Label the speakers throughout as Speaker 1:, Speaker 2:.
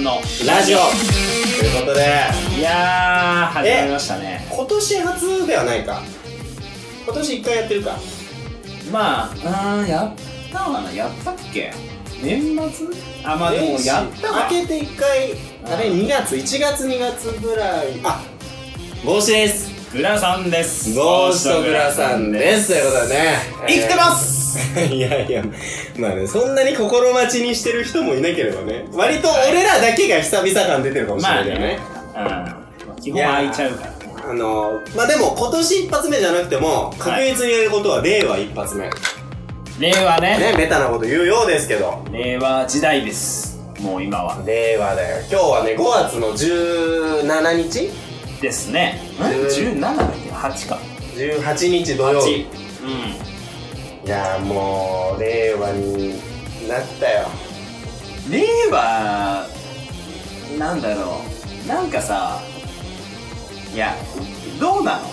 Speaker 1: のラジオ
Speaker 2: ということで
Speaker 1: いやー始まりましたね
Speaker 2: 今年初ではないか今年1回やってるか
Speaker 1: まああーやったのかなやったっけ年末あまあでも
Speaker 2: 年始
Speaker 1: やったわ
Speaker 2: 明けて1回あれ
Speaker 1: うん
Speaker 2: 2月1月2月ぐらいあ帽子です
Speaker 1: グラさんです
Speaker 2: 帽子とグラさんですということでね
Speaker 1: 生きて
Speaker 2: す
Speaker 1: ます、
Speaker 2: いやいや、まあね、そんなに心待ちにしてる人もいなければね、割と俺らだけが久々感出てるかもしれ
Speaker 1: ま
Speaker 2: な
Speaker 1: あ
Speaker 2: いよ
Speaker 1: ね
Speaker 2: ね。
Speaker 1: うん基本空いちゃうからね
Speaker 2: あの、まあでも今年一発目じゃなくても、確実に言えることは令和一発目。ね、
Speaker 1: 令和ね
Speaker 2: ベタなこと言うようですけど。
Speaker 1: 令和時代ですもう今は
Speaker 2: 令和だよ。今日はね、5月の17日
Speaker 1: ですね
Speaker 2: うん
Speaker 1: 17だっけ8か
Speaker 2: ?18 日土曜
Speaker 1: 8
Speaker 2: 日。
Speaker 1: うん
Speaker 2: いやーもう、令和になったよ。
Speaker 1: 令和なんだろうなんかさいやどうなのなんか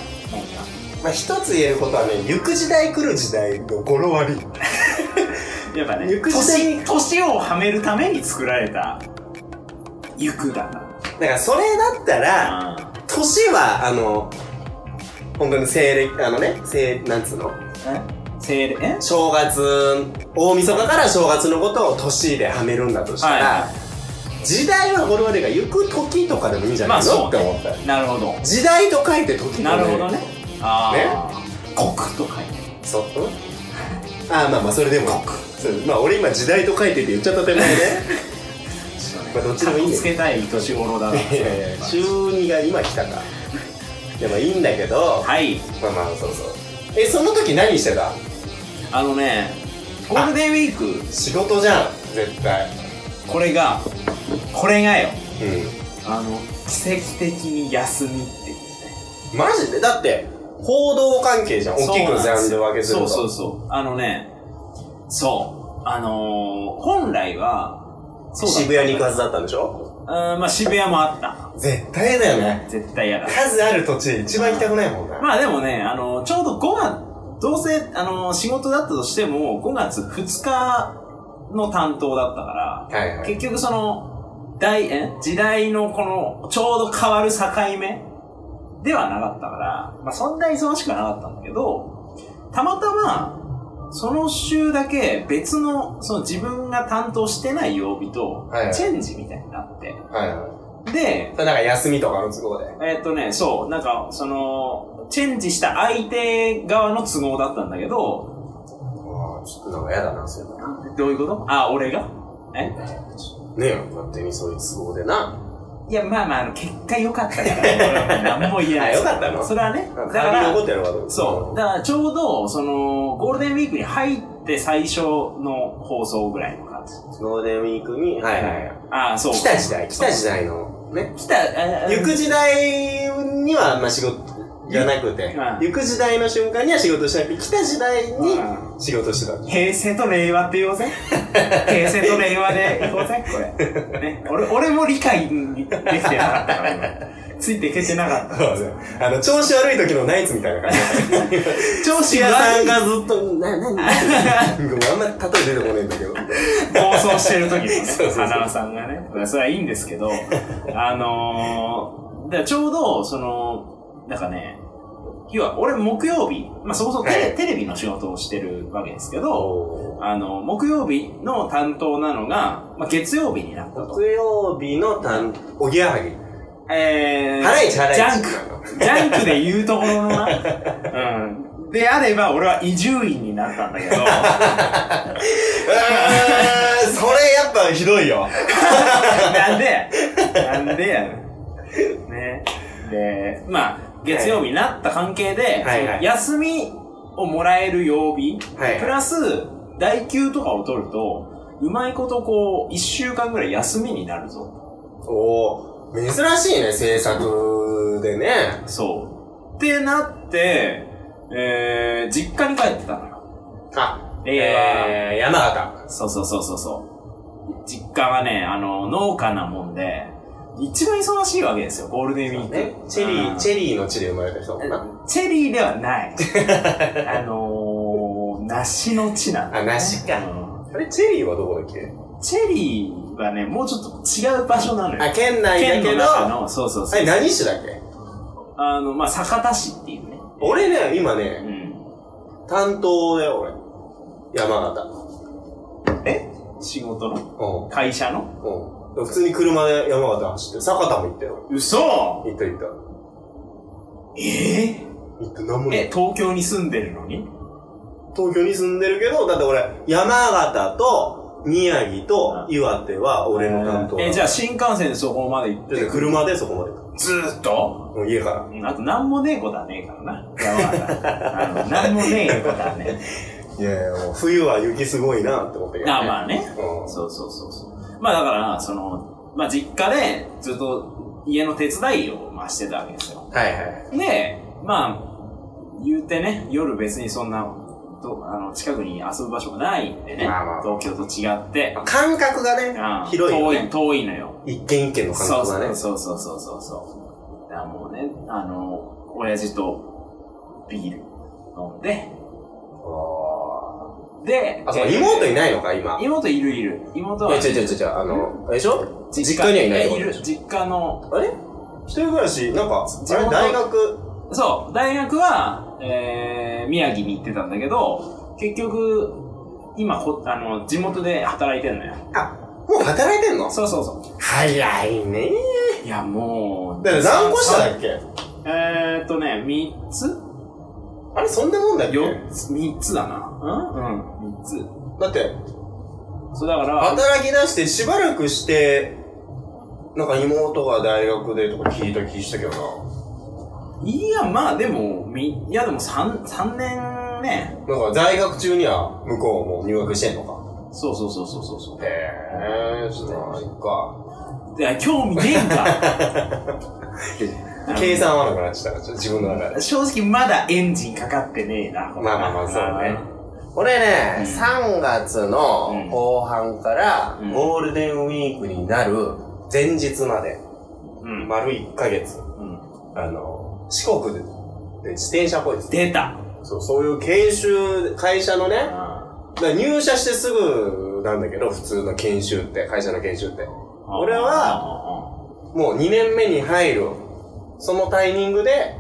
Speaker 2: まあ一つ言えることはね、行く時代来る時代の語呂割り。
Speaker 1: やっぱね
Speaker 2: 行く時代
Speaker 1: 年年をはめるために作られた行くだな
Speaker 2: だからそれだったら、年はあの本当に西暦あのね西なんつうの
Speaker 1: えせいれえ
Speaker 2: 正月大晦日から正月のことを年ではめるんだとしたら、
Speaker 1: は
Speaker 2: 時代は我々が行く時とかでもいいんじゃないの、
Speaker 1: まあそう
Speaker 2: って
Speaker 1: ね
Speaker 2: 思ったよ
Speaker 1: なるほど
Speaker 2: 時代と書いて時と、
Speaker 1: なるほどねああ国と書いて
Speaker 2: そう、うんああまあまあそれでもそうまあ俺今時代と書いてって言っちゃった手前ね
Speaker 1: ちょっとね
Speaker 2: まあどっちでもいいんだよ
Speaker 1: かっこつけた い年頃だなそ
Speaker 2: い
Speaker 1: れ
Speaker 2: やいやいや中2が今来たかでもいいんだけど、
Speaker 1: はい
Speaker 2: まあまあそうそうえその時何してた
Speaker 1: あのねゴールデンウィーク
Speaker 2: 仕事じゃん絶対
Speaker 1: これがこれがよ
Speaker 2: う
Speaker 1: あの奇跡的に休みっていうね
Speaker 2: んマジでだって報道関係じゃん大きくジャンル分けする
Speaker 1: そ
Speaker 2: と
Speaker 1: うそうそう。あのね、そう。あのー、本来は、そうだ
Speaker 2: 渋谷に行くはずだったんでしょ
Speaker 1: うん、まあ渋谷もあった。
Speaker 2: 絶対だよね
Speaker 1: 絶対嫌だ。
Speaker 2: 数ある土地一番行きたくないもんな、
Speaker 1: まあでもね、あのー、ちょうど5月、どうせ、あのー、仕事だったとしても、5月2日の担当だったか
Speaker 2: はい
Speaker 1: ら、
Speaker 2: はい
Speaker 1: 結局その、大、え時代のこの、ちょうど変わる境目ではなかったから、まあそんな忙しくはなかったんだけど、たまたま、その週だけ別の、その自分が担当してない曜日と
Speaker 2: はいは、い
Speaker 1: チェンジみたいになって、
Speaker 2: はいは
Speaker 1: で
Speaker 2: い、それなんか休みとかの都合で
Speaker 1: えーっとね、そう、なんか、その、チェンジした相手側の都合だったんだけど、
Speaker 2: ああちょっとなんか嫌だなそういうの
Speaker 1: どういうことあ、俺がえ
Speaker 2: ねえ勝手にそういう都合でない
Speaker 1: や、まあまああの、結果良かったから、 俺は何も言えない。
Speaker 2: あ良かったの
Speaker 1: それはね、だ
Speaker 2: だ
Speaker 1: か
Speaker 2: から
Speaker 1: ら
Speaker 2: 残、ってやろうかと思って
Speaker 1: そう。だからちょうど、その、ゴールデンウィークに入って最初の放送ぐらいの感じ。
Speaker 2: ゴールデンウィークにはいはいはい
Speaker 1: ああ、そう。
Speaker 2: 来た時代来た時代のね
Speaker 1: 来た、あ
Speaker 2: 行く時代にはあんま仕事がなくて、
Speaker 1: うん
Speaker 2: 行く時代の瞬間には仕事しなくて、来た時代に
Speaker 1: う
Speaker 2: 仕事してた。
Speaker 1: 平成と令和って言おうぜ。平成と令和で行こうぜ、これ。ね。俺、俺も理解できてなかったから、今ついていけてなかっ た。
Speaker 2: あの、調子悪い時のナイツみたいな感 じ。
Speaker 1: 調
Speaker 2: 土
Speaker 1: 子
Speaker 2: 屋さ
Speaker 1: 悪
Speaker 2: ん
Speaker 1: い
Speaker 2: がずっと、な、 なにあんま例え出てこねえんだけど。
Speaker 1: 暴走してる時に
Speaker 2: そうそうそう
Speaker 1: 花輪さんがね。それはいいんです けど、あのー、だからちょうど、その、なんかね、要は俺木曜日、まあそもそもテレ,、
Speaker 2: はい
Speaker 1: テレビの仕事をしてるわけですけど、あの、木曜日の担当なのが、まあ月曜日になったと。
Speaker 2: 木曜日の担おぎやはぎ。
Speaker 1: えー、
Speaker 2: ハライチハライチ。
Speaker 1: ジャンク。ジャンクで言うところ のな。うん。であれば、俺は伊集院になったんだけど、
Speaker 2: うーんそれやっぱひどいよ。
Speaker 1: なんでやなんでやね。で、まあ、月曜日になった関係で、
Speaker 2: はいはい
Speaker 1: 休みをもらえる曜日、
Speaker 2: はい
Speaker 1: プラス、代休とかを取ると、うまいことこう、一週間ぐらい休みになるぞ。
Speaker 2: おー珍しいね、制作でね。
Speaker 1: そう。ってなって、えー、実家に帰ってたのよ。
Speaker 2: あ、
Speaker 1: 令和
Speaker 2: えー、山形。
Speaker 1: そうそうそうそうそう。実家はね、あの、農家なもんで、一番忙しいわけですよ、ゴールデンウィーク。
Speaker 2: ね、チェリ
Speaker 1: う
Speaker 2: ー、
Speaker 1: ん
Speaker 2: チェリーの地で生まれた人もな。
Speaker 1: チェリーで はない。あのー、梨の地なんだ、
Speaker 2: あ梨か
Speaker 1: うん
Speaker 2: あれ、チェリーはどこだっけ
Speaker 1: チェリーはね、もうちょっと違う場所なの
Speaker 2: あ、
Speaker 1: よ。
Speaker 2: 県内だ
Speaker 1: 県
Speaker 2: けど、
Speaker 1: の中
Speaker 2: あ
Speaker 1: の、そうそうそう。
Speaker 2: れ何市だっけ
Speaker 1: あの、まあ、酒田市っていうね。
Speaker 2: 俺ね、今ね
Speaker 1: う、ん。
Speaker 2: 担当だよ、俺。山形。
Speaker 1: え仕事の
Speaker 2: う
Speaker 1: 会社の
Speaker 2: ん。うん。普通に車で山形走って、酒田も行ったよ。
Speaker 1: 嘘
Speaker 2: 行った行った。
Speaker 1: え
Speaker 2: 行った、なんも
Speaker 1: ー、
Speaker 2: ない
Speaker 1: え、。東京に住んでるのに
Speaker 2: 東京に住んでるけど、だって俺、山形と宮城と岩手は俺の担当だ。
Speaker 1: えーじゃあ新幹線でそこまで行っ
Speaker 2: で
Speaker 1: て、
Speaker 2: 車でそこまで行っ
Speaker 1: ずーっと
Speaker 2: た。もう家から。
Speaker 1: うんあと、なんもねえことはねえから な。山形。あの、なんもねえことはね。
Speaker 2: いやいや、もう冬は雪すごいなって思ったけど、
Speaker 1: あ、まあね。
Speaker 2: うん。
Speaker 1: そうそうそうそう。まあだから、その、まあ実家でずっと家の手伝いを、まあ、してたわけですよ。
Speaker 2: はいはい。
Speaker 1: で、まあ、言うてね、夜別にそんな、とあの近くに遊ぶ場所がないんでね、
Speaker 2: まあまあ
Speaker 1: 東京と違って、
Speaker 2: 感覚がね
Speaker 1: うん、
Speaker 2: 広いよね。
Speaker 1: 遠い、遠いのよ。
Speaker 2: 一軒一軒の感
Speaker 1: そう
Speaker 2: 覚
Speaker 1: そ
Speaker 2: がね
Speaker 1: う。そうそうそうそうそう。だからもうね、あの、親父とビール飲んで、で、
Speaker 2: あ、そう、妹いないのか、今。
Speaker 1: 妹いるいる。妹は
Speaker 2: え、ちょいちょいちょいちょい、あの、あれでしょ実家にはいないって
Speaker 1: えい
Speaker 2: こと
Speaker 1: る。実家の
Speaker 2: あれ一人暮らし、なんか、
Speaker 1: 地
Speaker 2: あ
Speaker 1: 元
Speaker 2: れ大学、
Speaker 1: そう、大学は、えー、宮城に行ってたんだけど、結局、今ほ、あの、地元で働いてんのよ。
Speaker 2: もう働いてんの
Speaker 1: そうそうそ
Speaker 2: 早いね
Speaker 1: う。いや、もう。
Speaker 2: だから残酷者だっけ
Speaker 1: えーっとね、三つ
Speaker 2: あれ、そんなもんだっけ
Speaker 1: 四つ三つだな。うんうん。三つ。
Speaker 2: だって、
Speaker 1: そうだから、
Speaker 2: 働き出してしばらくして、なんか妹が大学でとか聞いた気したけどな。
Speaker 1: いや、まあでも、み、いやでも三、三年ね。
Speaker 2: なんか在学中には向こうも入学してんのか。
Speaker 1: そうそうそうそうそうそ
Speaker 2: へえ、そうなんか。。
Speaker 1: う。いや、興味ねえんか
Speaker 2: 計算はなくなっちゃったから、ちょっと自分の中で。
Speaker 1: 正直まだエンジンかかってねえな。
Speaker 2: まあまあまあそうね俺ね、
Speaker 1: うん
Speaker 2: 3月の
Speaker 1: うん
Speaker 2: 後半から
Speaker 1: うん
Speaker 2: ゴールデンウィークになる前日まで、
Speaker 1: うん。ま
Speaker 2: 丸1ヶ月、
Speaker 1: うん。
Speaker 2: あの、四国で自転車こいつ。
Speaker 1: 出た。
Speaker 2: そう、そういう研修、会社のね、だ
Speaker 1: あ
Speaker 2: から入社してすぐなんだけど、普通の研修って、会社の研修って。
Speaker 1: あ
Speaker 2: 俺は
Speaker 1: あ
Speaker 2: もう2年目に入る、そのタイミングで、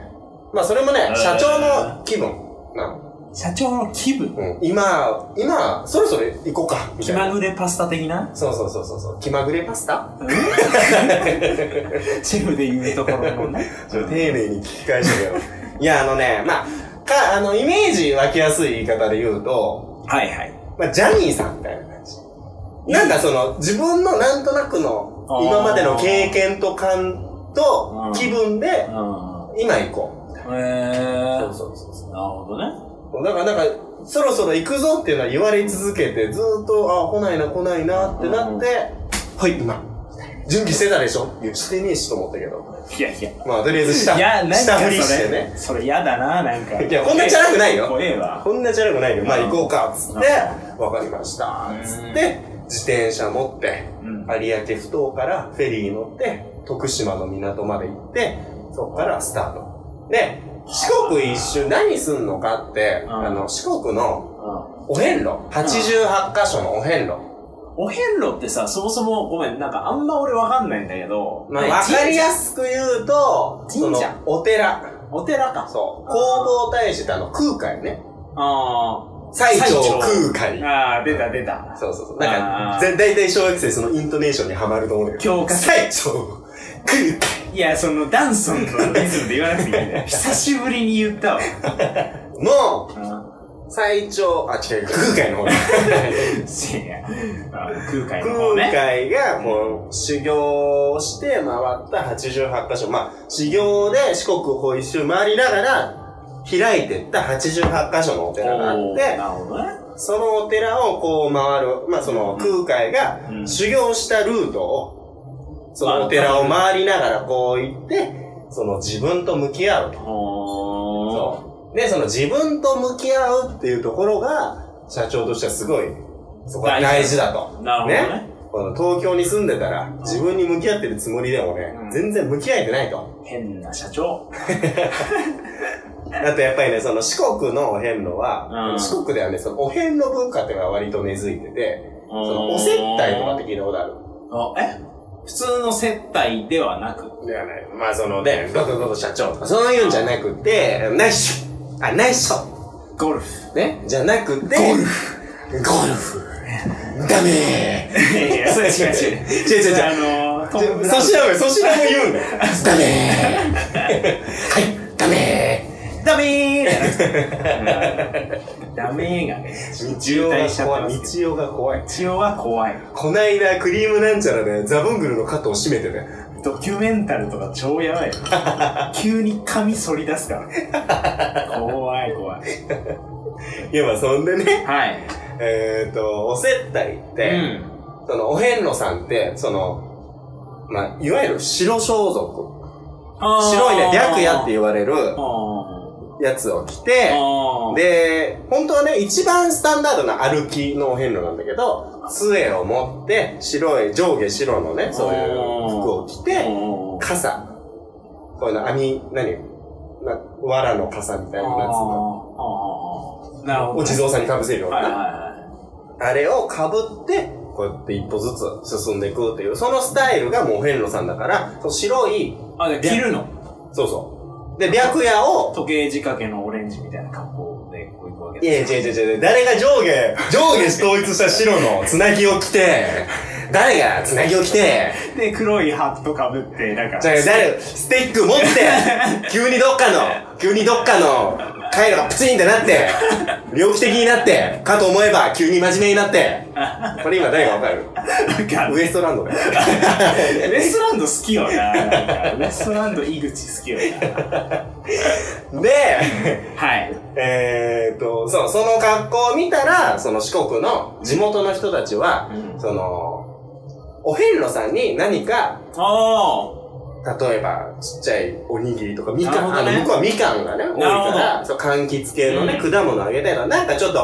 Speaker 2: まあそれもね
Speaker 1: ー、
Speaker 2: 社長の気分なの。
Speaker 1: ああ社長の気分
Speaker 2: うん、今、今、そろそろ行こうか、みたい
Speaker 1: 気
Speaker 2: な。
Speaker 1: まぐれパスタ的な
Speaker 2: そうそうそうそうそう。気まぐれパスタ
Speaker 1: うんシェフで言うところのね。
Speaker 2: 丁寧に聞き返したけど。いや、あのね、まあ、か、あの、イメージ湧きやすい言い方で言うと、
Speaker 1: はいはい。
Speaker 2: まあ、ジャニーさんみたいな感じ。なんかその、自分のなんとなくの、
Speaker 1: あー
Speaker 2: 今までの経験と感
Speaker 1: う
Speaker 2: と
Speaker 1: ん
Speaker 2: 気分で、
Speaker 1: う
Speaker 2: 今行こ
Speaker 1: ん。え
Speaker 2: う。
Speaker 1: ー。
Speaker 2: そうそうそ
Speaker 1: なるほどね。
Speaker 2: う。だからなんか、そろそろ行くぞっていうのは言われ続けて、ずーっと、あ、来ないな来ないなってなって、はい、今。準備してたでしょいや、してねえしと思ったけど。
Speaker 1: いやいや。
Speaker 2: まあ、とりあえず下、
Speaker 1: いや、なんか
Speaker 2: 下振り
Speaker 1: そ
Speaker 2: して
Speaker 1: れ、
Speaker 2: ね。
Speaker 1: それ嫌だな、なんか。
Speaker 2: いや、こんなチャラくないよ。
Speaker 1: 怖えわ。
Speaker 2: こんなチャラくないよ。まあ、
Speaker 1: うん
Speaker 2: 行こうか、つって、わかりました、
Speaker 1: うん
Speaker 2: つって、自転車持って、
Speaker 1: うん。
Speaker 2: 有明ふ頭からフェリー乗って、徳島の港まで行って、そこからスタート。で、四国一周何すんのかって、
Speaker 1: うん
Speaker 2: あの、四国の
Speaker 1: う
Speaker 2: お
Speaker 1: ん
Speaker 2: 遍路、88箇所のお遍路。
Speaker 1: お遍路ってさ、そもそも、ごめん、なんかあんま俺わかんないんだけど。
Speaker 2: まあ、わかりや
Speaker 1: い。
Speaker 2: すく言うと、そ
Speaker 1: 神
Speaker 2: の
Speaker 1: 社、
Speaker 2: お寺。
Speaker 1: お寺か。
Speaker 2: そう。弘法大師ってあの、空海ね。
Speaker 1: あ
Speaker 2: 最長空
Speaker 1: ー
Speaker 2: 海。
Speaker 1: あー、出た出た。
Speaker 2: そうそうそう。なんか、
Speaker 1: あー
Speaker 2: ぜ大体小学生そのイントネーションにはまると思うんだけど。
Speaker 1: 教科書
Speaker 2: 最長空
Speaker 1: いや、その、ダンソンのリズムで言わなくていいんだよ。久しぶりに言ったわ。
Speaker 2: 海の最長、あ、違う、空海の方だ
Speaker 1: いやいやあ空海の
Speaker 2: 空
Speaker 1: 方ね。
Speaker 2: 海がもう修行して回った88箇所。まあ、修行で四国を一周回りながら開いてった88箇所のお寺があっ
Speaker 1: おー
Speaker 2: て、
Speaker 1: なるほどね。
Speaker 2: そのお寺をこう回る、まあその空海が
Speaker 1: うん
Speaker 2: 修行したルートを、そのお寺を回りながらこう行って、その自分と向き合うと。
Speaker 1: おー
Speaker 2: そう。で、その自分と向き合うっていうところが、社長としてはすごい、そこは大事だと。
Speaker 1: なるほどね。
Speaker 2: この東京に住んでたら、自分に向き合ってるつもりでもね
Speaker 1: う、ん
Speaker 2: 全然向き合えてないと。
Speaker 1: 変な社長。
Speaker 2: あとやっぱりね、その四国のお遍路は、
Speaker 1: うん
Speaker 2: 四国ではね、そのお遍路文化っていうのが割と根付いてて、その、お接待とかって聞いたことある
Speaker 1: あえ普通の接待ではなく。
Speaker 2: ではない。まあ、そのね、ゴクゴク社長とか、そういうんじゃなくて、ナイスあ、ナイスショッ
Speaker 1: ゴルフ。
Speaker 2: トねじゃなくて、ゴルフゴルフダメ
Speaker 1: いやいや、それ違う違う。
Speaker 2: ー違う違う違う。
Speaker 1: あのー、トム・ブラウ
Speaker 2: 粗
Speaker 1: ン
Speaker 2: 品も、粗品も言う ね。ダメーはい、ダメ
Speaker 1: ダメーじゃなくてうんダメーがね、渋滞しちゃってますけど。
Speaker 2: 日曜が怖い。
Speaker 1: 一応は怖い。
Speaker 2: こないだ、クリームなんちゃらで、ザブングルの肩を締めてね。
Speaker 1: ドキュメンタルとか超やばいよ。急に髪反り出すから。怖い怖い。
Speaker 2: いや、まあ、そんでね、
Speaker 1: はい。
Speaker 2: えっと、お接待っ
Speaker 1: う
Speaker 2: て、
Speaker 1: ん。
Speaker 2: その、お遍路さんって、その、まあ、いわゆる白装束。白いね、白夜って
Speaker 1: い
Speaker 2: 言
Speaker 1: う。
Speaker 2: われる
Speaker 1: あー
Speaker 2: やつを着て、
Speaker 1: あー。
Speaker 2: で、本当はね、一番スタンダードな歩きのお遍路なんだけど、杖を持って、白い、上下白のね、そういう服を着て、
Speaker 1: おー
Speaker 2: 傘。こういうの、網、何な、藁の傘みたいなやつの。
Speaker 1: あーあー。なるほど。
Speaker 2: お地蔵さんに被せるよう
Speaker 1: はいはい
Speaker 2: な。
Speaker 1: は
Speaker 2: あれを被って、こうやって一歩ずつ進んでいくっていう、そのスタイルがもうお遍路さんだから、その白い、
Speaker 1: い。あ、で、着るの
Speaker 2: そうそう。で、白夜を、
Speaker 1: 時計仕掛けのオレンジみたいな格好でこう行くわけ
Speaker 2: いや、違う違う違う、誰が上下、上下統一した白のつなぎを着て、誰がつなぎを着て、
Speaker 1: で、黒いハットかぶって、なんか。
Speaker 2: じゃあ誰、スティック持って、急にどっかの、急にどっかの、回路がプチンってなって、猟奇的になって、かと思えば急に真面目になって、これ今誰がわかる
Speaker 1: なんか、
Speaker 2: ウエストランドだよ。
Speaker 1: ウエストランド好きよな。なんかウエストランド井口好きよな。
Speaker 2: で、
Speaker 1: はい。
Speaker 2: えーっと、そう、その格好を見たら、その四国の地元の人たちは、
Speaker 1: うん
Speaker 2: その、お遍路さんに何か、
Speaker 1: お
Speaker 2: 例えば、ちっちゃいおにぎりとか、みか
Speaker 1: なる
Speaker 2: ん、
Speaker 1: ほど
Speaker 2: あ
Speaker 1: ね
Speaker 2: の、向こうはみかんがね、多い
Speaker 1: なる
Speaker 2: か
Speaker 1: ほ
Speaker 2: ら、そう、柑橘系のね、
Speaker 1: う
Speaker 2: 果物あげたいな、なんかちょっと、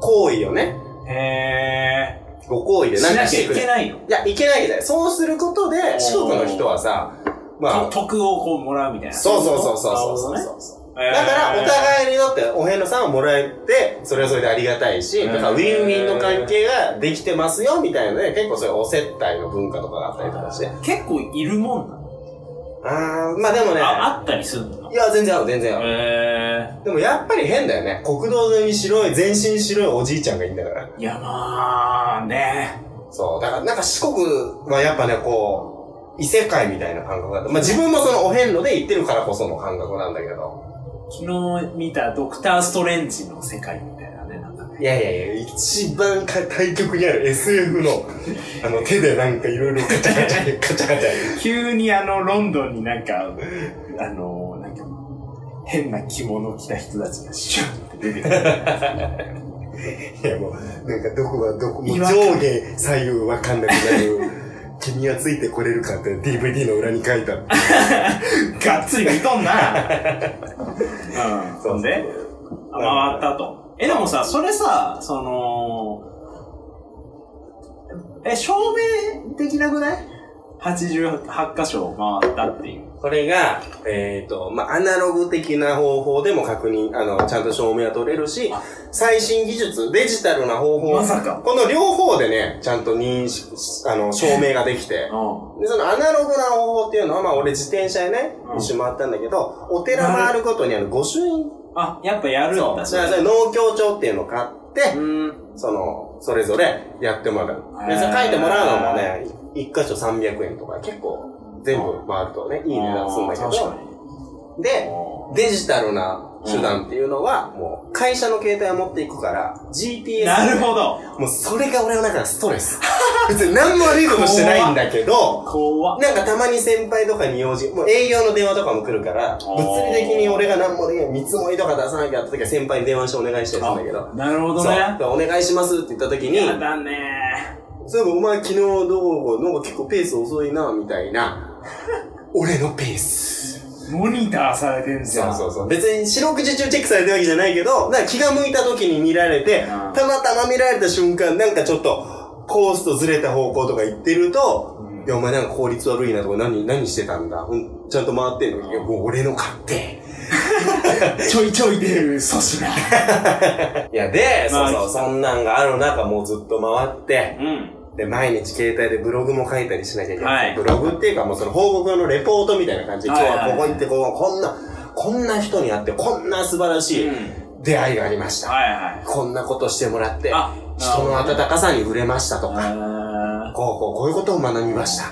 Speaker 2: 行為をね、
Speaker 1: ー。へ
Speaker 2: ご行為
Speaker 1: ー。
Speaker 2: で
Speaker 1: し
Speaker 2: なん
Speaker 1: な
Speaker 2: か
Speaker 1: き
Speaker 2: して
Speaker 1: ゃい
Speaker 2: くれ
Speaker 1: けないの。
Speaker 2: いや、いけないけど、そうすること
Speaker 1: おー
Speaker 2: で、四国の人はさ、まあ、
Speaker 1: 徳をこうもらうみたいな。
Speaker 2: そうそうそうそうそうそう
Speaker 1: なる
Speaker 2: そ
Speaker 1: ほ
Speaker 2: うそう。
Speaker 1: どね。
Speaker 2: だから、お
Speaker 1: い。
Speaker 2: 互いにとって、お遍路さんをもらえて、それはそれでありがたいし、だから、
Speaker 1: うん
Speaker 2: ウィンウィンの関係ができてますよ、みたいなので、結構そういうお接待の文化とかがあったりとかして。
Speaker 1: 結構いるもんなの
Speaker 2: あー、まあでもね、
Speaker 1: あ、あったりするの
Speaker 2: いや、全然ある、全然ある。
Speaker 1: へ
Speaker 2: でもやっぱり変だよね。国道沿いに白い、全身白いおじいちゃんがいいんだから。
Speaker 1: ー。いや、まあ、ね。
Speaker 2: そう。だからなんか四国はやっぱね、こう、異世界みたいな感覚だった。まあ自分もそのお遍路で行ってるからこその感覚なんだけど。
Speaker 1: 昨日見たドクターストレンジの世界みたいなね、なんかね。
Speaker 2: いやいやいや、一番か対極にある SF の、あの手でなんかいろいろカチャカチャ、カチャカチャ。
Speaker 1: 急にあの、ロンドンになんか、あの、なんか、変な着物を着た人たちがシュッって出てく る。
Speaker 2: いやもう、なんかどこがどこも
Speaker 1: 違
Speaker 2: 上
Speaker 1: 和感
Speaker 2: 下左右わかんなくなる。君はついてこれるかって DVD の裏に書いた。
Speaker 1: がっつり見と んな。うん。そんで
Speaker 2: なん
Speaker 1: 回
Speaker 2: か
Speaker 1: ったと。え、でもさ、それさ、その、え、証明できなくない ?88 箇所回ったっていう。
Speaker 2: これが、えっ、と、まあ、アナログ的な方法でも確認、あの、ちゃんと証明は取れるし
Speaker 1: あ、
Speaker 2: 最新技術、デジタルな方法、
Speaker 1: さか。
Speaker 2: この両方でね、ちゃんと認識、あの、証明ができて
Speaker 1: う、ん。
Speaker 2: で、そのアナログな方法っていうのは、まあ、俺自転車でね
Speaker 1: う、ん
Speaker 2: 一周回ったんだけど、お寺回るごとにあの、御朱印。
Speaker 1: あ、やっぱやるん
Speaker 2: そう。
Speaker 1: だ。
Speaker 2: だからそれ農協帳っていうのを買って、
Speaker 1: うん。
Speaker 2: その、それぞれやってもらう。で、それ書いてもらうのもね、一箇所300円とか、結構、全部回るとね、いい値段するんだけ
Speaker 1: あー
Speaker 2: ど
Speaker 1: 確、かに
Speaker 2: で、デジタルな手段っていうのは、もう会社の携帯を持っていくから、GPS。
Speaker 1: なるほど。
Speaker 2: もうそれが俺の中のストレス。別に何も悪いことしてないんだけど、
Speaker 1: 怖っ。
Speaker 2: なんかたまに先輩とかに用事、もう営業の電話とかも来るから、物理的に俺が何もできない、見積もりとか出さなきゃって時は先輩に電話してお願いしたりするんだけど、
Speaker 1: なるほ
Speaker 2: そう、
Speaker 1: どね。
Speaker 2: お願いしますって言った時に、
Speaker 1: やだね
Speaker 2: そういえばお前昨日どうこう、なんか結構ペース遅いな、みたい な、俺のペース。
Speaker 1: モニターされてんじ
Speaker 2: そ
Speaker 1: ゃ。
Speaker 2: うんそうそう。別に四六時中チェックされてるわけじゃないけど、なんか気が向いた時に見られて、
Speaker 1: うん
Speaker 2: たまたま見られた瞬間、なんかちょっと、コースとずれた方向とか言ってると、
Speaker 1: うん
Speaker 2: いや、お前なんか効率悪いなとか、何、何してたんだ、うん、ちゃんと回ってんの、
Speaker 1: うん
Speaker 2: いや、もう俺の勝手。
Speaker 1: ちょいちょい出る粗品。
Speaker 2: いや、で、
Speaker 1: ま
Speaker 2: そ
Speaker 1: あ
Speaker 2: うそう、そんなんがある中、もうずっと回って、
Speaker 1: うん。
Speaker 2: で、毎日携帯でブログも書いたりしなきゃいけない。
Speaker 1: はい
Speaker 2: ブログっていうか、もうその報告のレポートみたいな感じで、
Speaker 1: は
Speaker 2: 今
Speaker 1: い
Speaker 2: 日
Speaker 1: はい
Speaker 2: はここ行って、こう、こんな、こんな人に会って、こんな素晴らしい
Speaker 1: うん。
Speaker 2: 出会いがありました。
Speaker 1: はいはい。
Speaker 2: こんなことしてもらって、
Speaker 1: あ
Speaker 2: 人の温かさに触れましたとか、
Speaker 1: あ
Speaker 2: こうこう、こういうことを学びました。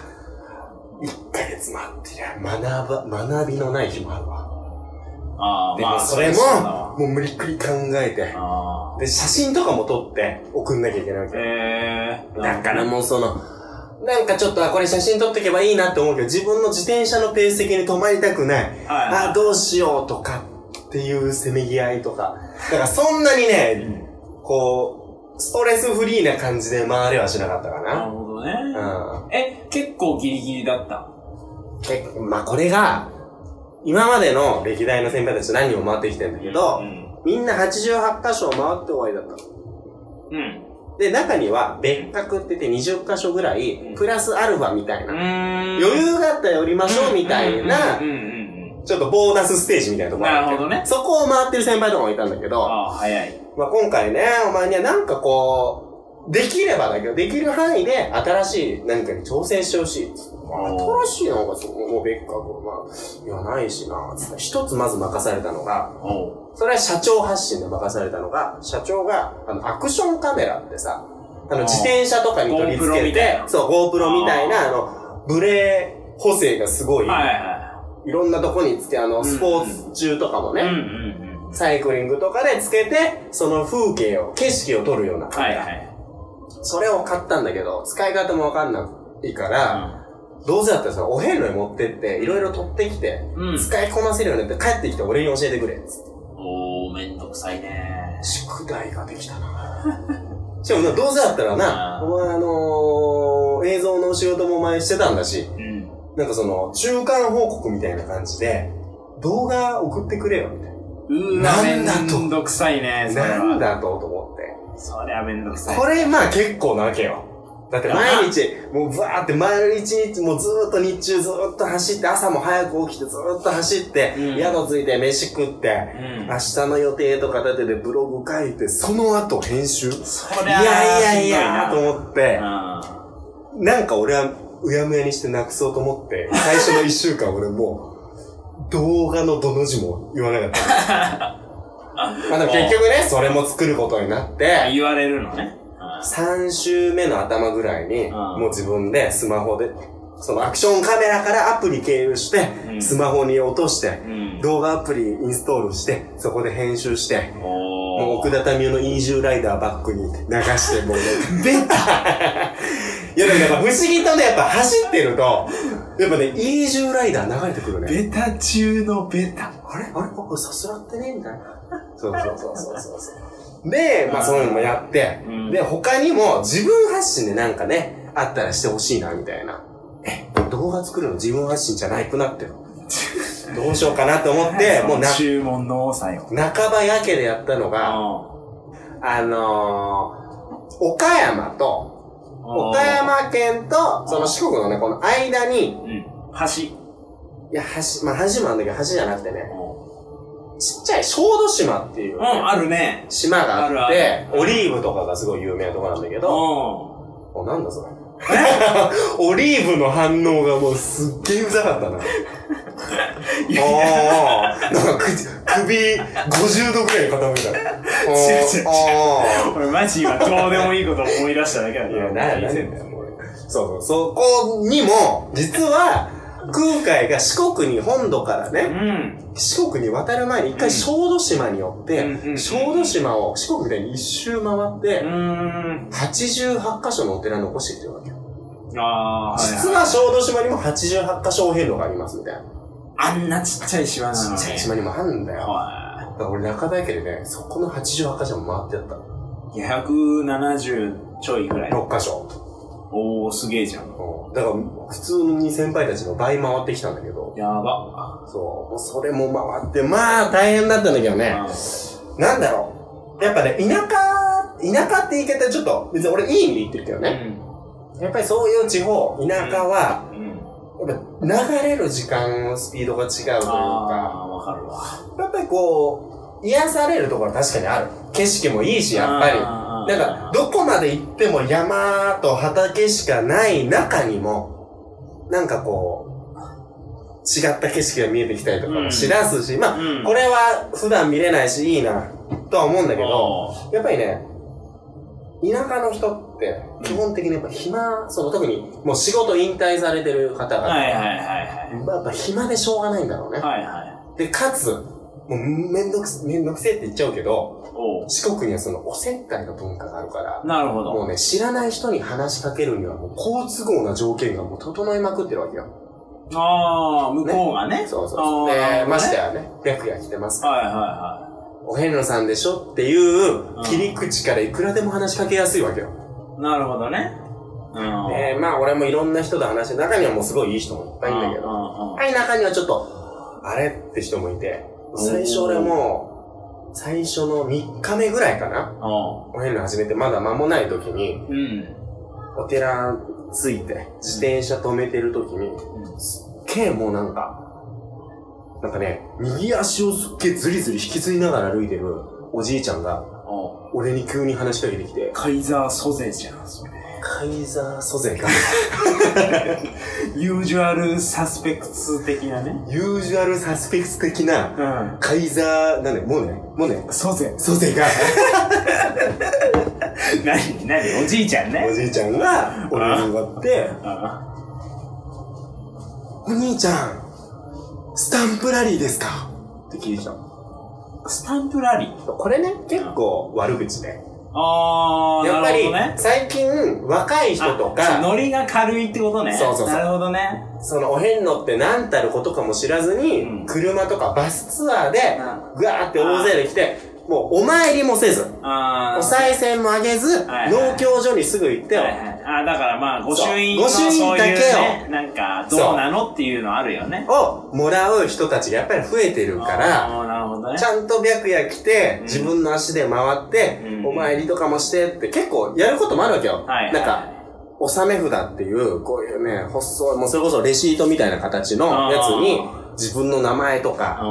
Speaker 2: 1ヶ月待ってりゃ、学ば、学びのない日もあるわ。
Speaker 1: ーあー、
Speaker 2: で
Speaker 1: ま
Speaker 2: も
Speaker 1: あ、
Speaker 2: それ
Speaker 1: うだ
Speaker 2: も、
Speaker 1: わ
Speaker 2: もう無理くり考えて、
Speaker 1: あ
Speaker 2: で、写真とかも撮って送んなきゃいけないわ
Speaker 1: ー
Speaker 2: け。
Speaker 1: えー。
Speaker 2: だからもうその、なんかちょっと、あ、これ写真撮っていけばいいなって思うけど、自分の自転車のペース的に止まりたくない。
Speaker 1: はいはい
Speaker 2: あ、どうしようとかっていうせめぎ合いとか。だからそんなにね、こう、ストレスフリーな感じで回れはしなかったか
Speaker 1: な
Speaker 2: な
Speaker 1: る。ほどね。
Speaker 2: うん。
Speaker 1: え、結構ギリギリだった。
Speaker 2: 結構、まあこれが、今までの歴代の先輩たち何人も回ってきてんだけど、
Speaker 1: うん。
Speaker 2: みんな88箇所を回って終わりだったの。
Speaker 1: うん。
Speaker 2: で、中には別格って言って20箇所ぐら
Speaker 1: う
Speaker 2: い
Speaker 1: ん、
Speaker 2: プラスアルファみたいな、
Speaker 1: 余
Speaker 2: 余裕があったら寄りましょうみたいな
Speaker 1: うん、うんうん
Speaker 2: ちょっとボーナスステージみたいなと
Speaker 1: うん。
Speaker 2: ころあ
Speaker 1: な
Speaker 2: る
Speaker 1: るほどね。
Speaker 2: そこを回ってる先輩とかもいたんだけど、
Speaker 1: ああ、早い。
Speaker 2: まあ今回ね、お前にはなんかこう、できればだけど、できる範囲で新しい何かに挑戦してほしいっつって。新しいのがそう、もう別格、まあ、いや、ないしな、つって一つまず任されたのが、
Speaker 1: おう
Speaker 2: それは社長発信で任されたのが、社長が、あの、アクションカメラってさ、あの、
Speaker 1: あー
Speaker 2: 自転車とかに取り付
Speaker 1: GoPro
Speaker 2: け
Speaker 1: みたい
Speaker 2: て、
Speaker 1: な
Speaker 2: そう、GoPro みたいな、あの、ブレ補正がすごい、
Speaker 1: はい
Speaker 2: い、
Speaker 1: は
Speaker 2: ろんなとこにつけ、あの、
Speaker 1: ん
Speaker 2: スポーツ中とかも
Speaker 1: い。
Speaker 2: ね、
Speaker 1: うんうんうん。
Speaker 2: サイクリングとかでつけて、その風景を、景色を撮るようなカ
Speaker 1: は
Speaker 2: メ
Speaker 1: い
Speaker 2: ラ。
Speaker 1: はい。
Speaker 2: それを買ったんだけど、使い方もわかんないから、どうせだったらさ、お遍路に持ってって、いろいろ取ってきて、
Speaker 1: うん。うん。
Speaker 2: 使いこなせるようになって帰ってきて俺に教えてくれっつって
Speaker 1: おー、めんどくさいね。
Speaker 2: 宿題ができたな しかもなどうせだったらな
Speaker 1: あー
Speaker 2: お前あのー、映像のお仕事も前してたんだし
Speaker 1: うん。
Speaker 2: なんかその中間報告みたいな感じで動画送ってくれよみた
Speaker 1: うーわ、
Speaker 2: な
Speaker 1: め
Speaker 2: んだと
Speaker 1: んどくさいね、
Speaker 2: い
Speaker 1: それ
Speaker 2: な
Speaker 1: は。
Speaker 2: なんだとと思っ
Speaker 1: そりゃめんどくさ
Speaker 2: て
Speaker 1: い。
Speaker 2: これまあ結構なわけよだって毎日、もうブワーって丸一日、もうずーっと日中ずーっと走って、朝も早く起きてずーっと走って、
Speaker 1: うん
Speaker 2: 宿着いて飯食って、
Speaker 1: うん
Speaker 2: 明。日の予定とか立ててブログ書いて、その後編集い
Speaker 1: そり
Speaker 2: や
Speaker 1: ゃ
Speaker 2: いやいや、と
Speaker 1: 思
Speaker 2: 思って、なんか俺はうやむやにしてなくそうと思って、最初の一週間俺もう、動画のどの字も言わなかった。 まあでも結局ね、それも作ることになっ
Speaker 1: うん。
Speaker 2: て、
Speaker 1: 言われるのね。
Speaker 2: 3週目の頭ぐらいに、
Speaker 1: ん
Speaker 2: もう自分でスマホで、そのアクションカメラからアプリ経由して
Speaker 1: う、ん
Speaker 2: スマホに落として
Speaker 1: う、ん。
Speaker 2: 動画アプリインストールして、そこで編集して、
Speaker 1: おー。
Speaker 2: もう奥田民生のイージューライダーバックに流してもう、出た いやでもやっぱ不思議とね、やっぱ走ってると、やっぱね、イージューライダー流れてくるね。
Speaker 1: ベタ中のベタ。
Speaker 2: あれあれこれさすらってねみたいな。そうそうそうそうそうそう。で、まあそういうのもやって、
Speaker 1: うん
Speaker 2: で、他にも自分発信でなんかね、あったらしてほしいな、みたいな。え、動画作るの自分発信じゃないくなってる。どうしようかなと思って、もうな、
Speaker 1: 注文の多さよ。
Speaker 2: 半ばやけでやったのが、あのー、岡山と、
Speaker 1: お
Speaker 2: 岡山県と、その四国のね、この間に、
Speaker 1: うん。橋。、
Speaker 2: いや、橋、まあ、橋もあるんだけど、橋じゃなくてね、ちっちゃい小豆島っていううん
Speaker 1: あるね。
Speaker 2: 島があっ
Speaker 1: あ
Speaker 2: て
Speaker 1: るあ、る
Speaker 2: オリーブとかがすごい有名なとこなんだけど、
Speaker 1: う
Speaker 2: お、なんだそれ。 オリーブの反応がもうすっげえうざかったな。
Speaker 1: ん。いや
Speaker 2: おー、なんかく首50度くらい傾いた。お
Speaker 1: 違う違う違う
Speaker 2: おー
Speaker 1: 俺マジ今どうでもいいこと思い出しただけだか
Speaker 2: い
Speaker 1: ら。
Speaker 2: や、な、
Speaker 1: い
Speaker 2: な
Speaker 1: や
Speaker 2: ん
Speaker 1: い
Speaker 2: だ
Speaker 1: や
Speaker 2: よ、これ。そうそう、そこにも、実は、空海が四国に本土から
Speaker 1: う
Speaker 2: ね、
Speaker 1: ん。
Speaker 2: 四国に渡る前に一回小豆島に寄っ
Speaker 1: うんう
Speaker 2: て、
Speaker 1: ん
Speaker 2: 小豆島を四国みたいに一周回って、
Speaker 1: う
Speaker 2: 88箇所のお寺残してきてるわけよ。
Speaker 1: ーん。ああ、
Speaker 2: 実は小豆島にも88箇所お遍路がありますみたいな。
Speaker 1: あんなちっちゃい島な
Speaker 2: ち
Speaker 1: の
Speaker 2: っ
Speaker 1: に。
Speaker 2: ちゃい島にもあるんだよ。
Speaker 1: は
Speaker 2: だから俺中田家でね、そこの88箇所も回ってやった。
Speaker 1: い。170ちょいぐらい。
Speaker 2: 6箇所。
Speaker 1: おお、すげえじゃん。
Speaker 2: うんだから普通に先輩たちの倍回ってきたんだけど、
Speaker 1: やば。
Speaker 2: そう。もうそれも回って、まあ大変だったんだけどね。なんだろう。やっぱね、田舎、田舎って言い方ちょっと、別に俺いい意味で言ってるけど
Speaker 1: う
Speaker 2: ね。
Speaker 1: ん。
Speaker 2: やっぱりそういう地方、田舎は、
Speaker 1: うん。
Speaker 2: やっぱ流れる時間のスピードが違うという
Speaker 1: あ
Speaker 2: か、
Speaker 1: あ、わかるわ。
Speaker 2: やっぱりこう、癒されるところは確かにある。景色もいいし、やっぱり。
Speaker 1: あー
Speaker 2: なんか、どこまで行っても山と畑しかない中にも、なんかこう、違った景色が見えてきたりとかもしだすし、まあ、
Speaker 1: うん
Speaker 2: これは普段見れないしいいな、とは思うんだけど、
Speaker 1: あ
Speaker 2: やっぱりね、田舎の人って、基本的にやっぱ暇、その特にもう仕事引退されてる方
Speaker 1: ー
Speaker 2: 々、
Speaker 1: はいはいはい
Speaker 2: まあやっぱ暇でしょうがないんだろうね。
Speaker 1: はい。はいはい。
Speaker 2: で、かつ、もうめんどくせ、めんどくせえって言っちゃうけど、
Speaker 1: おう
Speaker 2: 四国にはそのおせっかいの文化があるから、
Speaker 1: なるほど。
Speaker 2: もうね、知らない人に話しかけるにはもう好都合な条件がもう整いまくってるわけよ。
Speaker 1: ああ、向こうがね。
Speaker 2: そうそう
Speaker 1: あ
Speaker 2: そう。
Speaker 1: ーな
Speaker 2: で、
Speaker 1: るほどね
Speaker 2: ましてやね、白夜来てます。
Speaker 1: はいはいは
Speaker 2: お遍路さんでしょっていう切り口からいくらでも話しかけやすいわけよ。
Speaker 1: い。なるほどね。うん。
Speaker 2: で、まあ俺もいろんな人と話して、中にはもうすごいいい人もいっぱいいるんだけど、
Speaker 1: ど
Speaker 2: はい、中にはちょっと、あれって人もいて、最初俺も、最初の3日目ぐらいかな
Speaker 1: お
Speaker 2: お遍路始めてまだ間もない時に、
Speaker 1: ううん。
Speaker 2: お寺着いて、自転車止めてる時に、すっげえもうなんか、なんかね、右足をすっげえズリズリ引きずりながら歩いてるおじいちゃんが、
Speaker 1: おう
Speaker 2: 俺に急に話しかけてきて、
Speaker 1: カイザー租税じゃん、それ。
Speaker 2: カイザー租税か。
Speaker 1: ユージュアルサスペクツ的なね。
Speaker 2: ユージュアルサスペクス的な、
Speaker 1: うん。
Speaker 2: カイザー、なんだよ、もうね、もうね、
Speaker 1: 租税。
Speaker 2: 租税 が、
Speaker 1: 何何おじいちゃん
Speaker 2: お
Speaker 1: ね。
Speaker 2: じいちゃんが、俺に向かって、
Speaker 1: あ
Speaker 2: お兄ちゃん、スタンプラリーですかって聞いてきたの。
Speaker 1: スタンプラリー。
Speaker 2: これね、結構悪口ね。
Speaker 1: ああ、
Speaker 2: やっ
Speaker 1: な
Speaker 2: ぱ
Speaker 1: る
Speaker 2: り
Speaker 1: ほどね。、
Speaker 2: 最近、若い人と
Speaker 1: あそう
Speaker 2: か、
Speaker 1: ノリが軽いってことね。
Speaker 2: そうそうそう
Speaker 1: なるほどね。
Speaker 2: そのお遍路って何たることかも知らずに、
Speaker 1: うん
Speaker 2: 車とかバスツアーで、ぐわーって大勢で来て、もうお参りもせず、お
Speaker 1: ああ。
Speaker 2: 賽銭もあげず、
Speaker 1: はいはい
Speaker 2: 農協所にすぐ行って、
Speaker 1: はいはいあーだからまあ、ご朱印の
Speaker 2: そう
Speaker 1: そう
Speaker 2: 御朱印
Speaker 1: いう
Speaker 2: だけ
Speaker 1: ね、なんか、どうなのっていうのあるよね。
Speaker 2: をもらう人たちがやっぱり増えてるから、
Speaker 1: あーなるほどね
Speaker 2: ち。ゃんと白夜来て
Speaker 1: う、ん
Speaker 2: 自分の足で回って、
Speaker 1: うん
Speaker 2: お参りとかもしてって結構やることもあるわけよ。
Speaker 1: はいはい
Speaker 2: なんか、納め札っていう、こういうね、細い、もうそれこそレシートみたいな形のやつに
Speaker 1: あ、
Speaker 2: 自分の名前と
Speaker 1: うん
Speaker 2: か、
Speaker 1: うんう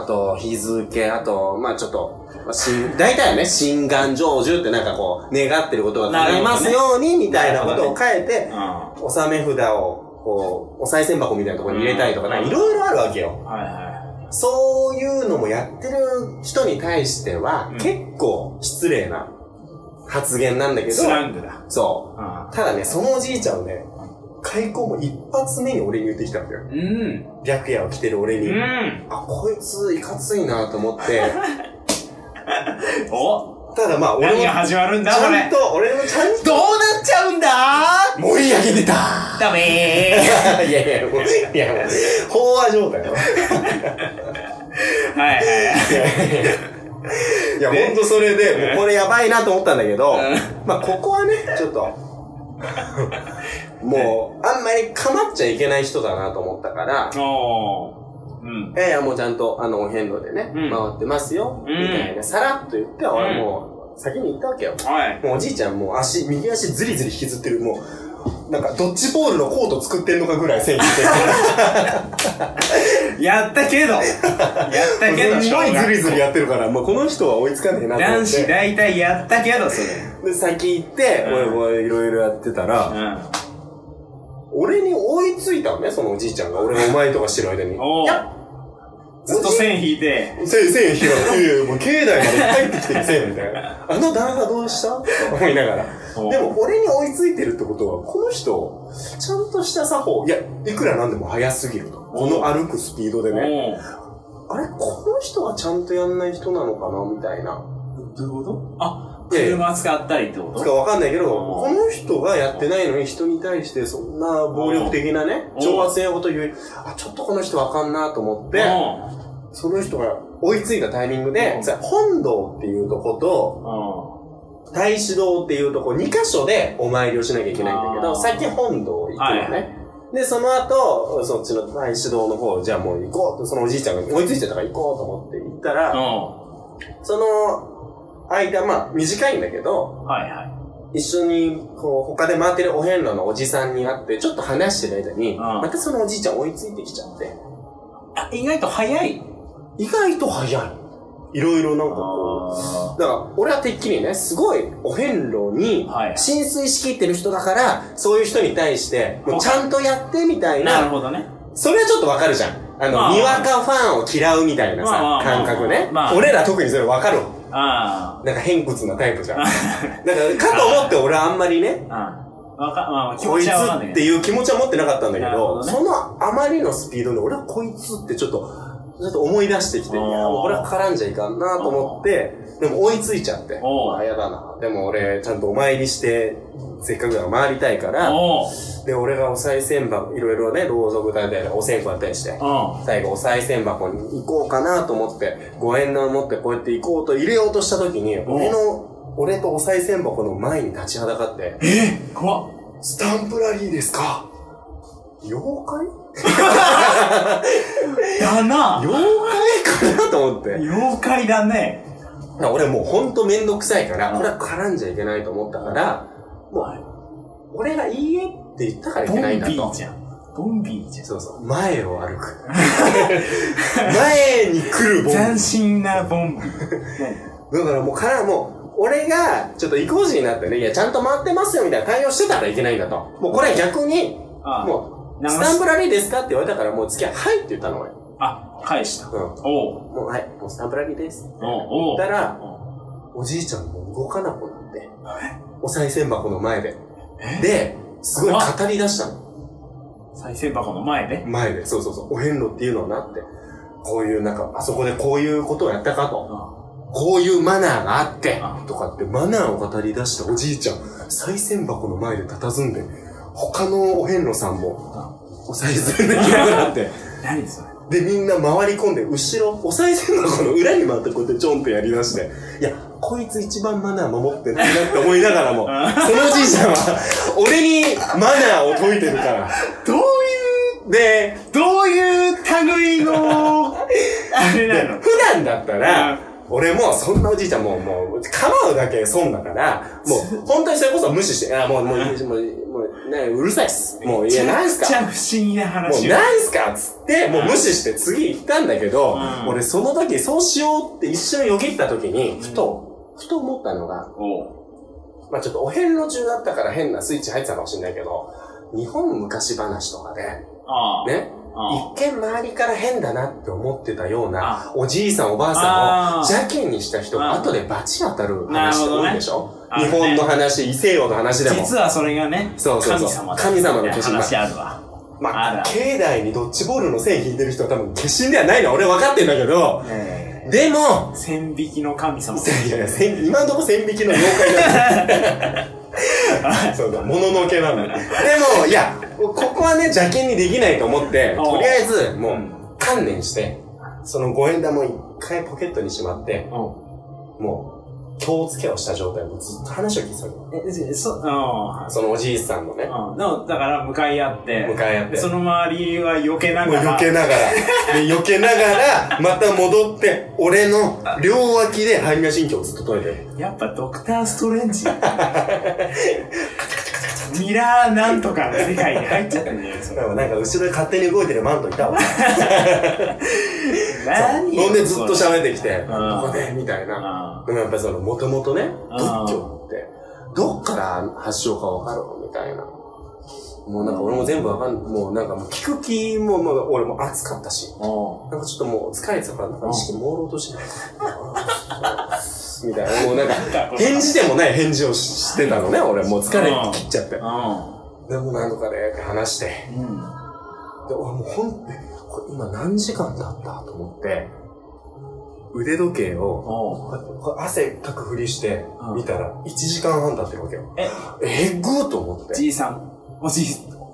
Speaker 2: あと日付、あと、まあちょっと、まあしん大体はね、心願成就ってなんかこう、願ってることが叶いますように、みたいなことを書いて、
Speaker 1: は
Speaker 2: 納め札を、こう、お賽銭箱みたいなところに入れたりとか、
Speaker 1: うん
Speaker 2: なんかいろいろあるわけよ。
Speaker 1: いは
Speaker 2: そういうのもやってる人に対しては、
Speaker 1: うん
Speaker 2: 結構失礼な発言なんだけ
Speaker 1: い。
Speaker 2: ど、
Speaker 1: スラングだ。
Speaker 2: そうう。ただね、そのおじいちゃんをね、開口も一発目に俺に言ってきたんだよ。
Speaker 1: ん。うん。
Speaker 2: 白夜を着てる俺
Speaker 1: う
Speaker 2: に。
Speaker 1: ん。
Speaker 2: あ、こいついかついなと思って、
Speaker 1: お
Speaker 2: ただまあ俺も、
Speaker 1: 何
Speaker 2: ち
Speaker 1: が
Speaker 2: ゃ
Speaker 1: 始まるんだこ
Speaker 2: ん
Speaker 1: れ。
Speaker 2: と、俺もちゃん
Speaker 1: どうなっちゃうんだ
Speaker 2: と、盛り上げてた
Speaker 1: ダメ
Speaker 2: いやいや、もう、いやもう、飽和状態よ。
Speaker 1: ー。はいはい
Speaker 2: いやいや、ほんとそれで、もうこれやばいなと思ったんだけど、まあ、ここはね、ちょっ と、もう、あんまり構っちゃいけない人だなと思ったから、
Speaker 1: はい。おー。うん。
Speaker 2: いやいや、もうちゃんと、あの、お遍路でね、
Speaker 1: うん
Speaker 2: 回ってますよ、みたいな、さらっと言って、俺もう、先に行ったわけよ。
Speaker 1: はい。
Speaker 2: もうおじいちゃんもう足、右足ずりずり引きずってる、もう、なんか、ドッジボールのコート作ってんのかぐらい線引いて る。
Speaker 1: やったけ どやったけど、
Speaker 2: す
Speaker 1: し
Speaker 2: ん
Speaker 1: ょ
Speaker 2: ご
Speaker 1: う
Speaker 2: い
Speaker 1: が
Speaker 2: ずりずりやってるから、もうこの人は追いつかねえなと思って。
Speaker 1: 男子大体やったけど、それ。
Speaker 2: で、先行って、
Speaker 1: うん
Speaker 2: 俺もいろいろやってた
Speaker 1: う
Speaker 2: ら、
Speaker 1: ん。
Speaker 2: 俺に追いついたのね、そのおじいちゃんが。俺がお前とかしてる間に。
Speaker 1: お
Speaker 2: いや
Speaker 1: ー。ずっと線引いて。
Speaker 2: せい、せい、ひろ。いやいや、もう境内まで入ってきてるせい、みたいな。あの旦那どうしたって思いながら。
Speaker 1: お
Speaker 2: でも、俺に追いついてるってことは、この人、ちゃんとした作法、いや、いくらなんでも速すぎると。この歩くスピードでね。
Speaker 1: おー
Speaker 2: あれ、この人はちゃんとやんない人なのかな、みたいな。
Speaker 1: どういうことあ、
Speaker 2: いやいや
Speaker 1: 車使ったりってこ
Speaker 2: つか
Speaker 1: と
Speaker 2: わかんないけど、
Speaker 1: うん
Speaker 2: この人がやってないのに人に対してそんな暴力的なね
Speaker 1: う、ん
Speaker 2: 挑発的なこと言う、あ、ちょっとこの人わかんなと思って、
Speaker 1: うん
Speaker 2: その人が追いついたタイミング
Speaker 1: う
Speaker 2: で、
Speaker 1: ん
Speaker 2: さ本堂っていうとこと、
Speaker 1: う
Speaker 2: 大師堂っていうとこ、2箇所でお参りをしなきゃいけないんだけ
Speaker 1: あ
Speaker 2: ど、
Speaker 1: ー
Speaker 2: 先本堂行くのね。
Speaker 1: はいはい
Speaker 2: で、その後、そっちの大師堂の方、じゃあもう行こうと、そのおじいちゃんが追いついてたから行こうと思って行ったら、
Speaker 1: ん。
Speaker 2: その間、まあ短いんだけど、
Speaker 1: はいは
Speaker 2: 一緒に、こう、他で回ってるお遍路のおじさんに会って、ちょっと話してる間に、
Speaker 1: うん
Speaker 2: またそのおじいちゃん追いついてきちゃって。
Speaker 1: い。あ、意外と早い。
Speaker 2: 意外と早い。いろいろなんかこう。だから、俺はてっきりね、すごいお遍路に
Speaker 1: はい、
Speaker 2: 浸水しきってる人だから、そういう人に対して、もうちゃんとやってみたい
Speaker 1: なる
Speaker 2: な、
Speaker 1: ほどね。
Speaker 2: それはちょっとわかるじゃん。あの、
Speaker 1: まあ
Speaker 2: にわかファンを嫌うみたいなさ、
Speaker 1: まあまあまあ
Speaker 2: 感覚ね、
Speaker 1: まあ
Speaker 2: 俺ら特にそれわかるわ
Speaker 1: あ
Speaker 2: なんか偏屈なタイプじ ゃん。だから、かと思って俺はあんまりね、
Speaker 1: あ。ああ。わか、まあまあ、気
Speaker 2: こ
Speaker 1: 持
Speaker 2: いつ
Speaker 1: ちはわかんない
Speaker 2: って
Speaker 1: け
Speaker 2: いう気持ちは持ってなかったんだけ
Speaker 1: なるほ
Speaker 2: ど、
Speaker 1: どね
Speaker 2: そのあまりのスピードで俺はこいつってちょっと、ちょっと思い出してきて、いや
Speaker 1: おー
Speaker 2: 俺は絡んじゃいかんなと思って、でも追いついちゃって、
Speaker 1: おー
Speaker 2: あやだな。でも俺、ちゃんとお参りして、せっかくだから回りたいか
Speaker 1: ど。
Speaker 2: ら、
Speaker 1: おう。
Speaker 2: で、俺がお賽銭箱、いろいろね、ろうそくだったり、お線香だったりして、
Speaker 1: うん。
Speaker 2: 最後お賽銭箱に行こうかなと思って、五円玉持ってこうやって行こうと入れようとした時に、
Speaker 1: ん
Speaker 2: 俺の、俺とお賽銭箱の前に立ちはだかって、
Speaker 1: え怖っ。
Speaker 2: スタンプラリーですか妖怪
Speaker 1: だな
Speaker 2: 妖怪かなと思って。
Speaker 1: 妖怪だね。
Speaker 2: 俺もうほんとめんどくさいから、
Speaker 1: うん
Speaker 2: これは絡んじゃいけないと思ったから、もう、俺がいいえって言ったからい
Speaker 1: ボン
Speaker 2: け
Speaker 1: ビ
Speaker 2: ないんだ
Speaker 1: ー
Speaker 2: と。
Speaker 1: じゃん。ボンビーじゃん。
Speaker 2: そうそう、前を歩 く。前に来るボンビー
Speaker 1: 斬新なボ ンビ
Speaker 2: だ
Speaker 1: ー。
Speaker 2: からもうから、もう、俺が、ちょっと意固地になってね、いや、ちゃんと回ってますよみたいな対応してたらいけないんだと。もうこれは逆に、
Speaker 1: ああ
Speaker 2: もう、
Speaker 1: 流
Speaker 2: ス
Speaker 1: す
Speaker 2: タンプラリーですかって言われたから、もう次は、はいって言ったの俺。
Speaker 1: あ、返した。
Speaker 2: うん。
Speaker 1: おう。
Speaker 2: もう、はい、もうスタンプラリーです。
Speaker 1: おう。おう。
Speaker 2: だからおじいちゃんも動かなくなって、お賽銭箱の前で。で、すごい語り出したの。
Speaker 1: 再生箱の前で。
Speaker 2: 前で。そうそうそう。お遍路っていうのはなって。こういう、なんか、あそこでこういうことをやったかと。こういうマナーがあって
Speaker 1: あ、
Speaker 2: とかってマナーを語り出したおじいちゃん、賽銭箱の前で佇んで、他のお遍路さんも、お賽銭できなくなって、
Speaker 1: 何そ
Speaker 2: で、
Speaker 1: れ。
Speaker 2: みんな回り込んで、後ろ、お賽銭箱の裏に回ってこうやってちょんってやり出して、いや、こいつ一番マナー守ってないなって思いながらも、そのおじいちゃんは、俺にマナーを解いてるから。
Speaker 1: どういう、
Speaker 2: で、
Speaker 1: どういう類の、あれ
Speaker 2: で
Speaker 1: なの
Speaker 2: 普段だった
Speaker 1: うん
Speaker 2: ら、俺もそんなおじいちゃんもう、もう、構うだけ損だから、もう、本当にそれこそ無視して、あ、もう、もう、いいもう、もう、ね、うるさいっす。もう、いや、なんす
Speaker 1: めちゃ
Speaker 2: か
Speaker 1: くちゃ不思議な
Speaker 2: もう、
Speaker 1: 話よ。
Speaker 2: なんすかっつって、もう無視して次行ったんだけど
Speaker 1: う、ん
Speaker 2: 俺その時、そうしようって一瞬よぎった時に、ふと、ふと思ったのが、
Speaker 1: おう。
Speaker 2: まあちょっとお遍路中だったから変なスイッチ入ってたかもしれないけど、日本昔話とかで、
Speaker 1: ああ。
Speaker 2: ね、
Speaker 1: あ
Speaker 2: 一見周りから変だなって思ってたような
Speaker 1: あ、
Speaker 2: おじいさんおばあ
Speaker 1: あ
Speaker 2: さん
Speaker 1: ー
Speaker 2: を邪気にした人が
Speaker 1: あー
Speaker 2: 後で罰当たる話って多いでしょ、
Speaker 1: な
Speaker 2: 日
Speaker 1: るほど
Speaker 2: 本
Speaker 1: ね
Speaker 2: の話、異西洋の話で
Speaker 1: あ。
Speaker 2: も。
Speaker 1: 実はそれがね、
Speaker 2: そうそうそう
Speaker 1: 神様だ
Speaker 2: 神様の化身だ
Speaker 1: 話あるわ。あ
Speaker 2: まあ
Speaker 1: ら、
Speaker 2: 境内にドッジボールの線引いてる人は多分化身ではないのは俺分かってんだけど、でも、
Speaker 1: 千匹の神様。
Speaker 2: いやいや、線今のところ線引きの妖怪だよそうだ、 もののけなんだ。でも、いや、ここはね、邪気にできないと思って、
Speaker 1: おう
Speaker 2: とりあえず、も
Speaker 1: うん
Speaker 2: う、観念して、その五円玉を一回ポケットにしまって、
Speaker 1: おう
Speaker 2: もう、気をつけをした状態でずっと話を聞いてたの。
Speaker 1: え、じゃそ、うん。
Speaker 2: そのおじいさんのね、
Speaker 1: うんのだから向かい合って
Speaker 2: 向かい合って
Speaker 1: その周りは避けな
Speaker 2: もう
Speaker 1: がら
Speaker 2: 避け ながら、で避けながら、また戻って、俺の両脇で般若心経をずっと解いてる。
Speaker 1: やっぱドクター・ストレンジミラーなんとかの世界に入っちゃってんじゃないそ
Speaker 2: だ
Speaker 1: れ
Speaker 2: からなんか後ろで勝手に動いてるマントいたわ。
Speaker 1: 何よ
Speaker 2: ほんでずっと喋ってきて、
Speaker 1: ん
Speaker 2: ここで、みたいな。
Speaker 1: あ
Speaker 2: でもやっぱりその、もともとね、
Speaker 1: うん
Speaker 2: 仏教って、どっから発祥かわかるみたいな。もうなんか俺も全部わかん、もうなんかもう聞く気も、もう俺も暑かったし。
Speaker 1: お
Speaker 2: なんかちょっともう疲れてたから、なんか意識朦朧としてない。みたいな、もうなんか、返事でもない返事をししてたのね、俺。もう疲れ切っちゃって
Speaker 1: う。ん
Speaker 2: でもなんとかで話して。
Speaker 1: うん
Speaker 2: で、俺もうほん、えこれ今何時間だったと思って、腕時計を、
Speaker 1: おう
Speaker 2: こうやってこう汗かくふりして
Speaker 1: うん
Speaker 2: 見たら1時間半経ってるわけよ。
Speaker 1: え
Speaker 2: えぐーと思って。
Speaker 1: じいさんおじい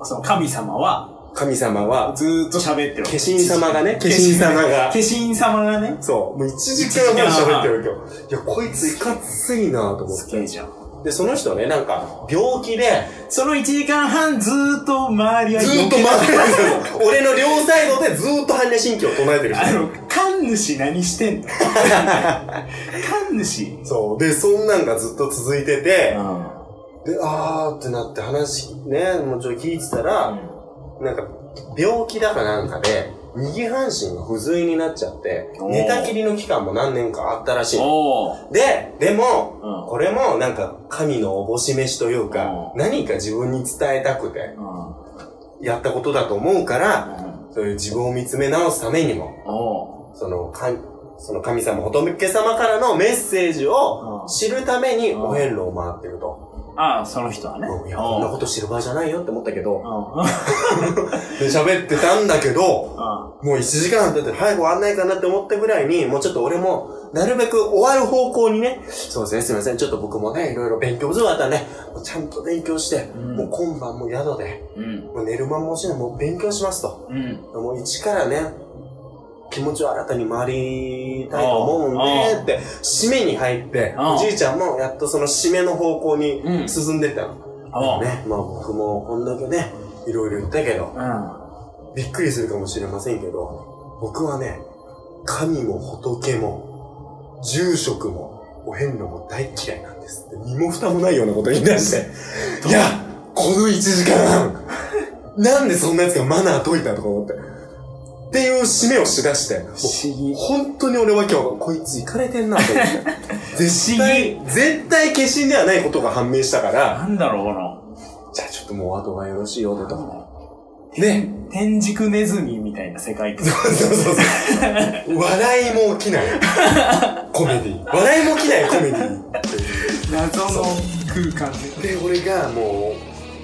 Speaker 1: その神様は
Speaker 2: 神様は、
Speaker 1: ずーっと喋ってる
Speaker 2: 化身様がね、化
Speaker 1: 身
Speaker 2: 身様が
Speaker 1: 化。身様がね
Speaker 2: そう、もう1時間半喋ってるわけよ。いや、こいついかついなと思
Speaker 1: す
Speaker 2: っ
Speaker 1: げえ
Speaker 2: て。
Speaker 1: じゃん
Speaker 2: で、その人ね、なんか、病気で、
Speaker 1: その1時間半ずーっと周りは
Speaker 2: ずーっと
Speaker 1: 避け
Speaker 2: 回ってるんですよ。俺の両サイドでずーっと般若心経を唱えてる人
Speaker 1: あ。の、神主何してんの神主
Speaker 2: そう。で、そんなんがずっと続いてて、
Speaker 1: ん。
Speaker 2: で、あーってなって話、ね、もうちょい聞いてたら、なんか、病気だかなんかで、右半身が不随になっちゃって、
Speaker 1: おー
Speaker 2: 寝たきりの期間も何年かあったらしいの。
Speaker 1: おー。
Speaker 2: で、でも、
Speaker 1: うん
Speaker 2: これもなんか神のおぼし飯というか、
Speaker 1: う
Speaker 2: 何か自分に伝えたくて
Speaker 1: うん。
Speaker 2: やったことだと思うから、そういう自分を見つめ直すためにも、
Speaker 1: お
Speaker 2: その神、その神様、仏様からのメッセージを
Speaker 1: うん
Speaker 2: 知るために
Speaker 1: うん
Speaker 2: お遍路を回ってると。
Speaker 1: ああ、その人はね。
Speaker 2: うんいや、こんな
Speaker 1: おう
Speaker 2: こと知る場合じゃないよって思ったけど、
Speaker 1: うん。
Speaker 2: で、喋ってたんだけど、
Speaker 1: うん
Speaker 2: もう1時間経って早く終わんないかなって思ったぐらいに、もうちょっと俺も、なるべく終わる方向にね、そうですね、すいません、ちょっと僕もね、いろいろ勉強不足だったんで、もうちゃんと勉強して、
Speaker 1: うん
Speaker 2: もう今晩も宿で、
Speaker 1: うん。
Speaker 2: もう寝る間も惜しんで、もう勉強しますと。
Speaker 1: うん。
Speaker 2: もう一からね、気持ちを新たに回りたいと思うん
Speaker 1: あ
Speaker 2: で、って、締めに入って、
Speaker 1: あ
Speaker 2: おじいちゃんもやっとその締めの方向に
Speaker 1: うん
Speaker 2: 進んでったの。
Speaker 1: おう。
Speaker 2: ね、まあ僕もこんだけね、いろいろ言ったけど、
Speaker 1: うん。
Speaker 2: びっくりするかもしれませんけど、僕はね、神も仏も、住職も、お遍路も大嫌いなんですって、身も蓋もないようなこと言い出して、いや、この1時間半、なんでそんな奴がマナー解いたとか思って、っていう締めをしだして、もう
Speaker 1: 不思議
Speaker 2: 本当に俺は今日、こいつ行かれてんなと思って、絶
Speaker 1: 不
Speaker 2: 対、絶対化身ではないことが判明したから、
Speaker 1: なんだろう、この。
Speaker 2: じゃあちょっともう後がよろしいよとか、
Speaker 1: ね。天竺ネズミみたいな世界観。
Speaker 2: そうそうそうそう。笑いも起きない。コメディ。笑いも起きないコメディっていう。
Speaker 1: 謎の空間で。
Speaker 2: で、俺がもう、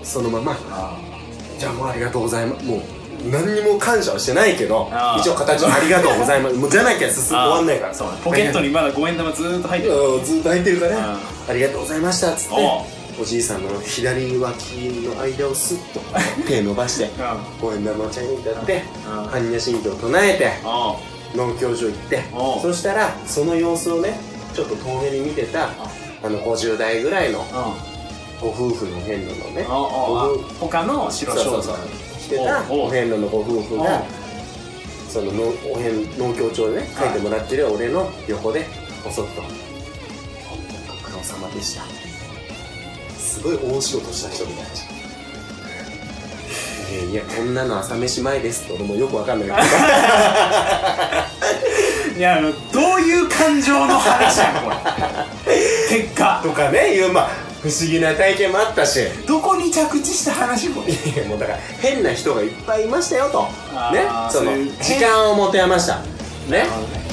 Speaker 2: そのまま、
Speaker 1: あ
Speaker 2: じゃあもうありがとうございます。もう、何にも感謝はしてないけど
Speaker 1: あ、ー
Speaker 2: 一応形はありがとうございます。もうじゃなきゃ進ん
Speaker 1: あ
Speaker 2: 終わんないから。
Speaker 1: そう。ポケットにまだ五円玉ずーっと入ってる。
Speaker 2: うん。ずっと入ってるから、
Speaker 1: あ
Speaker 2: ありがとうございましたっつって
Speaker 1: おう、
Speaker 2: おじいさんの左脇の間をスッと手伸ばして、
Speaker 1: う
Speaker 2: 公園玉をチャリンとやって、
Speaker 1: うん
Speaker 2: 般若心経を唱えて、
Speaker 1: ん。おう。
Speaker 2: 農協所行って
Speaker 1: おう
Speaker 2: そしたらその様子をねちょっと遠目に見てたあの50代ぐらいの
Speaker 1: うん。
Speaker 2: ご夫婦の遍路のね
Speaker 1: おう
Speaker 2: ご
Speaker 1: おう
Speaker 2: 夫
Speaker 1: あ他の白
Speaker 2: そう
Speaker 1: 装
Speaker 2: そうそう
Speaker 1: 束
Speaker 2: してた
Speaker 1: おうおう
Speaker 2: お遍路のご夫婦
Speaker 1: おう
Speaker 2: がそののお遍農協帳でね書いてもらってる俺の横でこそっと「本当にご苦労様でした」すごい大仕事した人みたいな。いやいや、こんなの朝飯前ですって俺もよくわかんないけど。
Speaker 1: いや、あの、どういう感情の話やん、これ。結果。
Speaker 2: とかねいうまあ不思議な体験もあったし い
Speaker 1: どこに着地した話、これ。
Speaker 2: やもうだから変な人がいっぱいいましたよと
Speaker 1: あー
Speaker 2: ねその
Speaker 1: そういう
Speaker 2: 時間を持て余したね
Speaker 1: なるほどね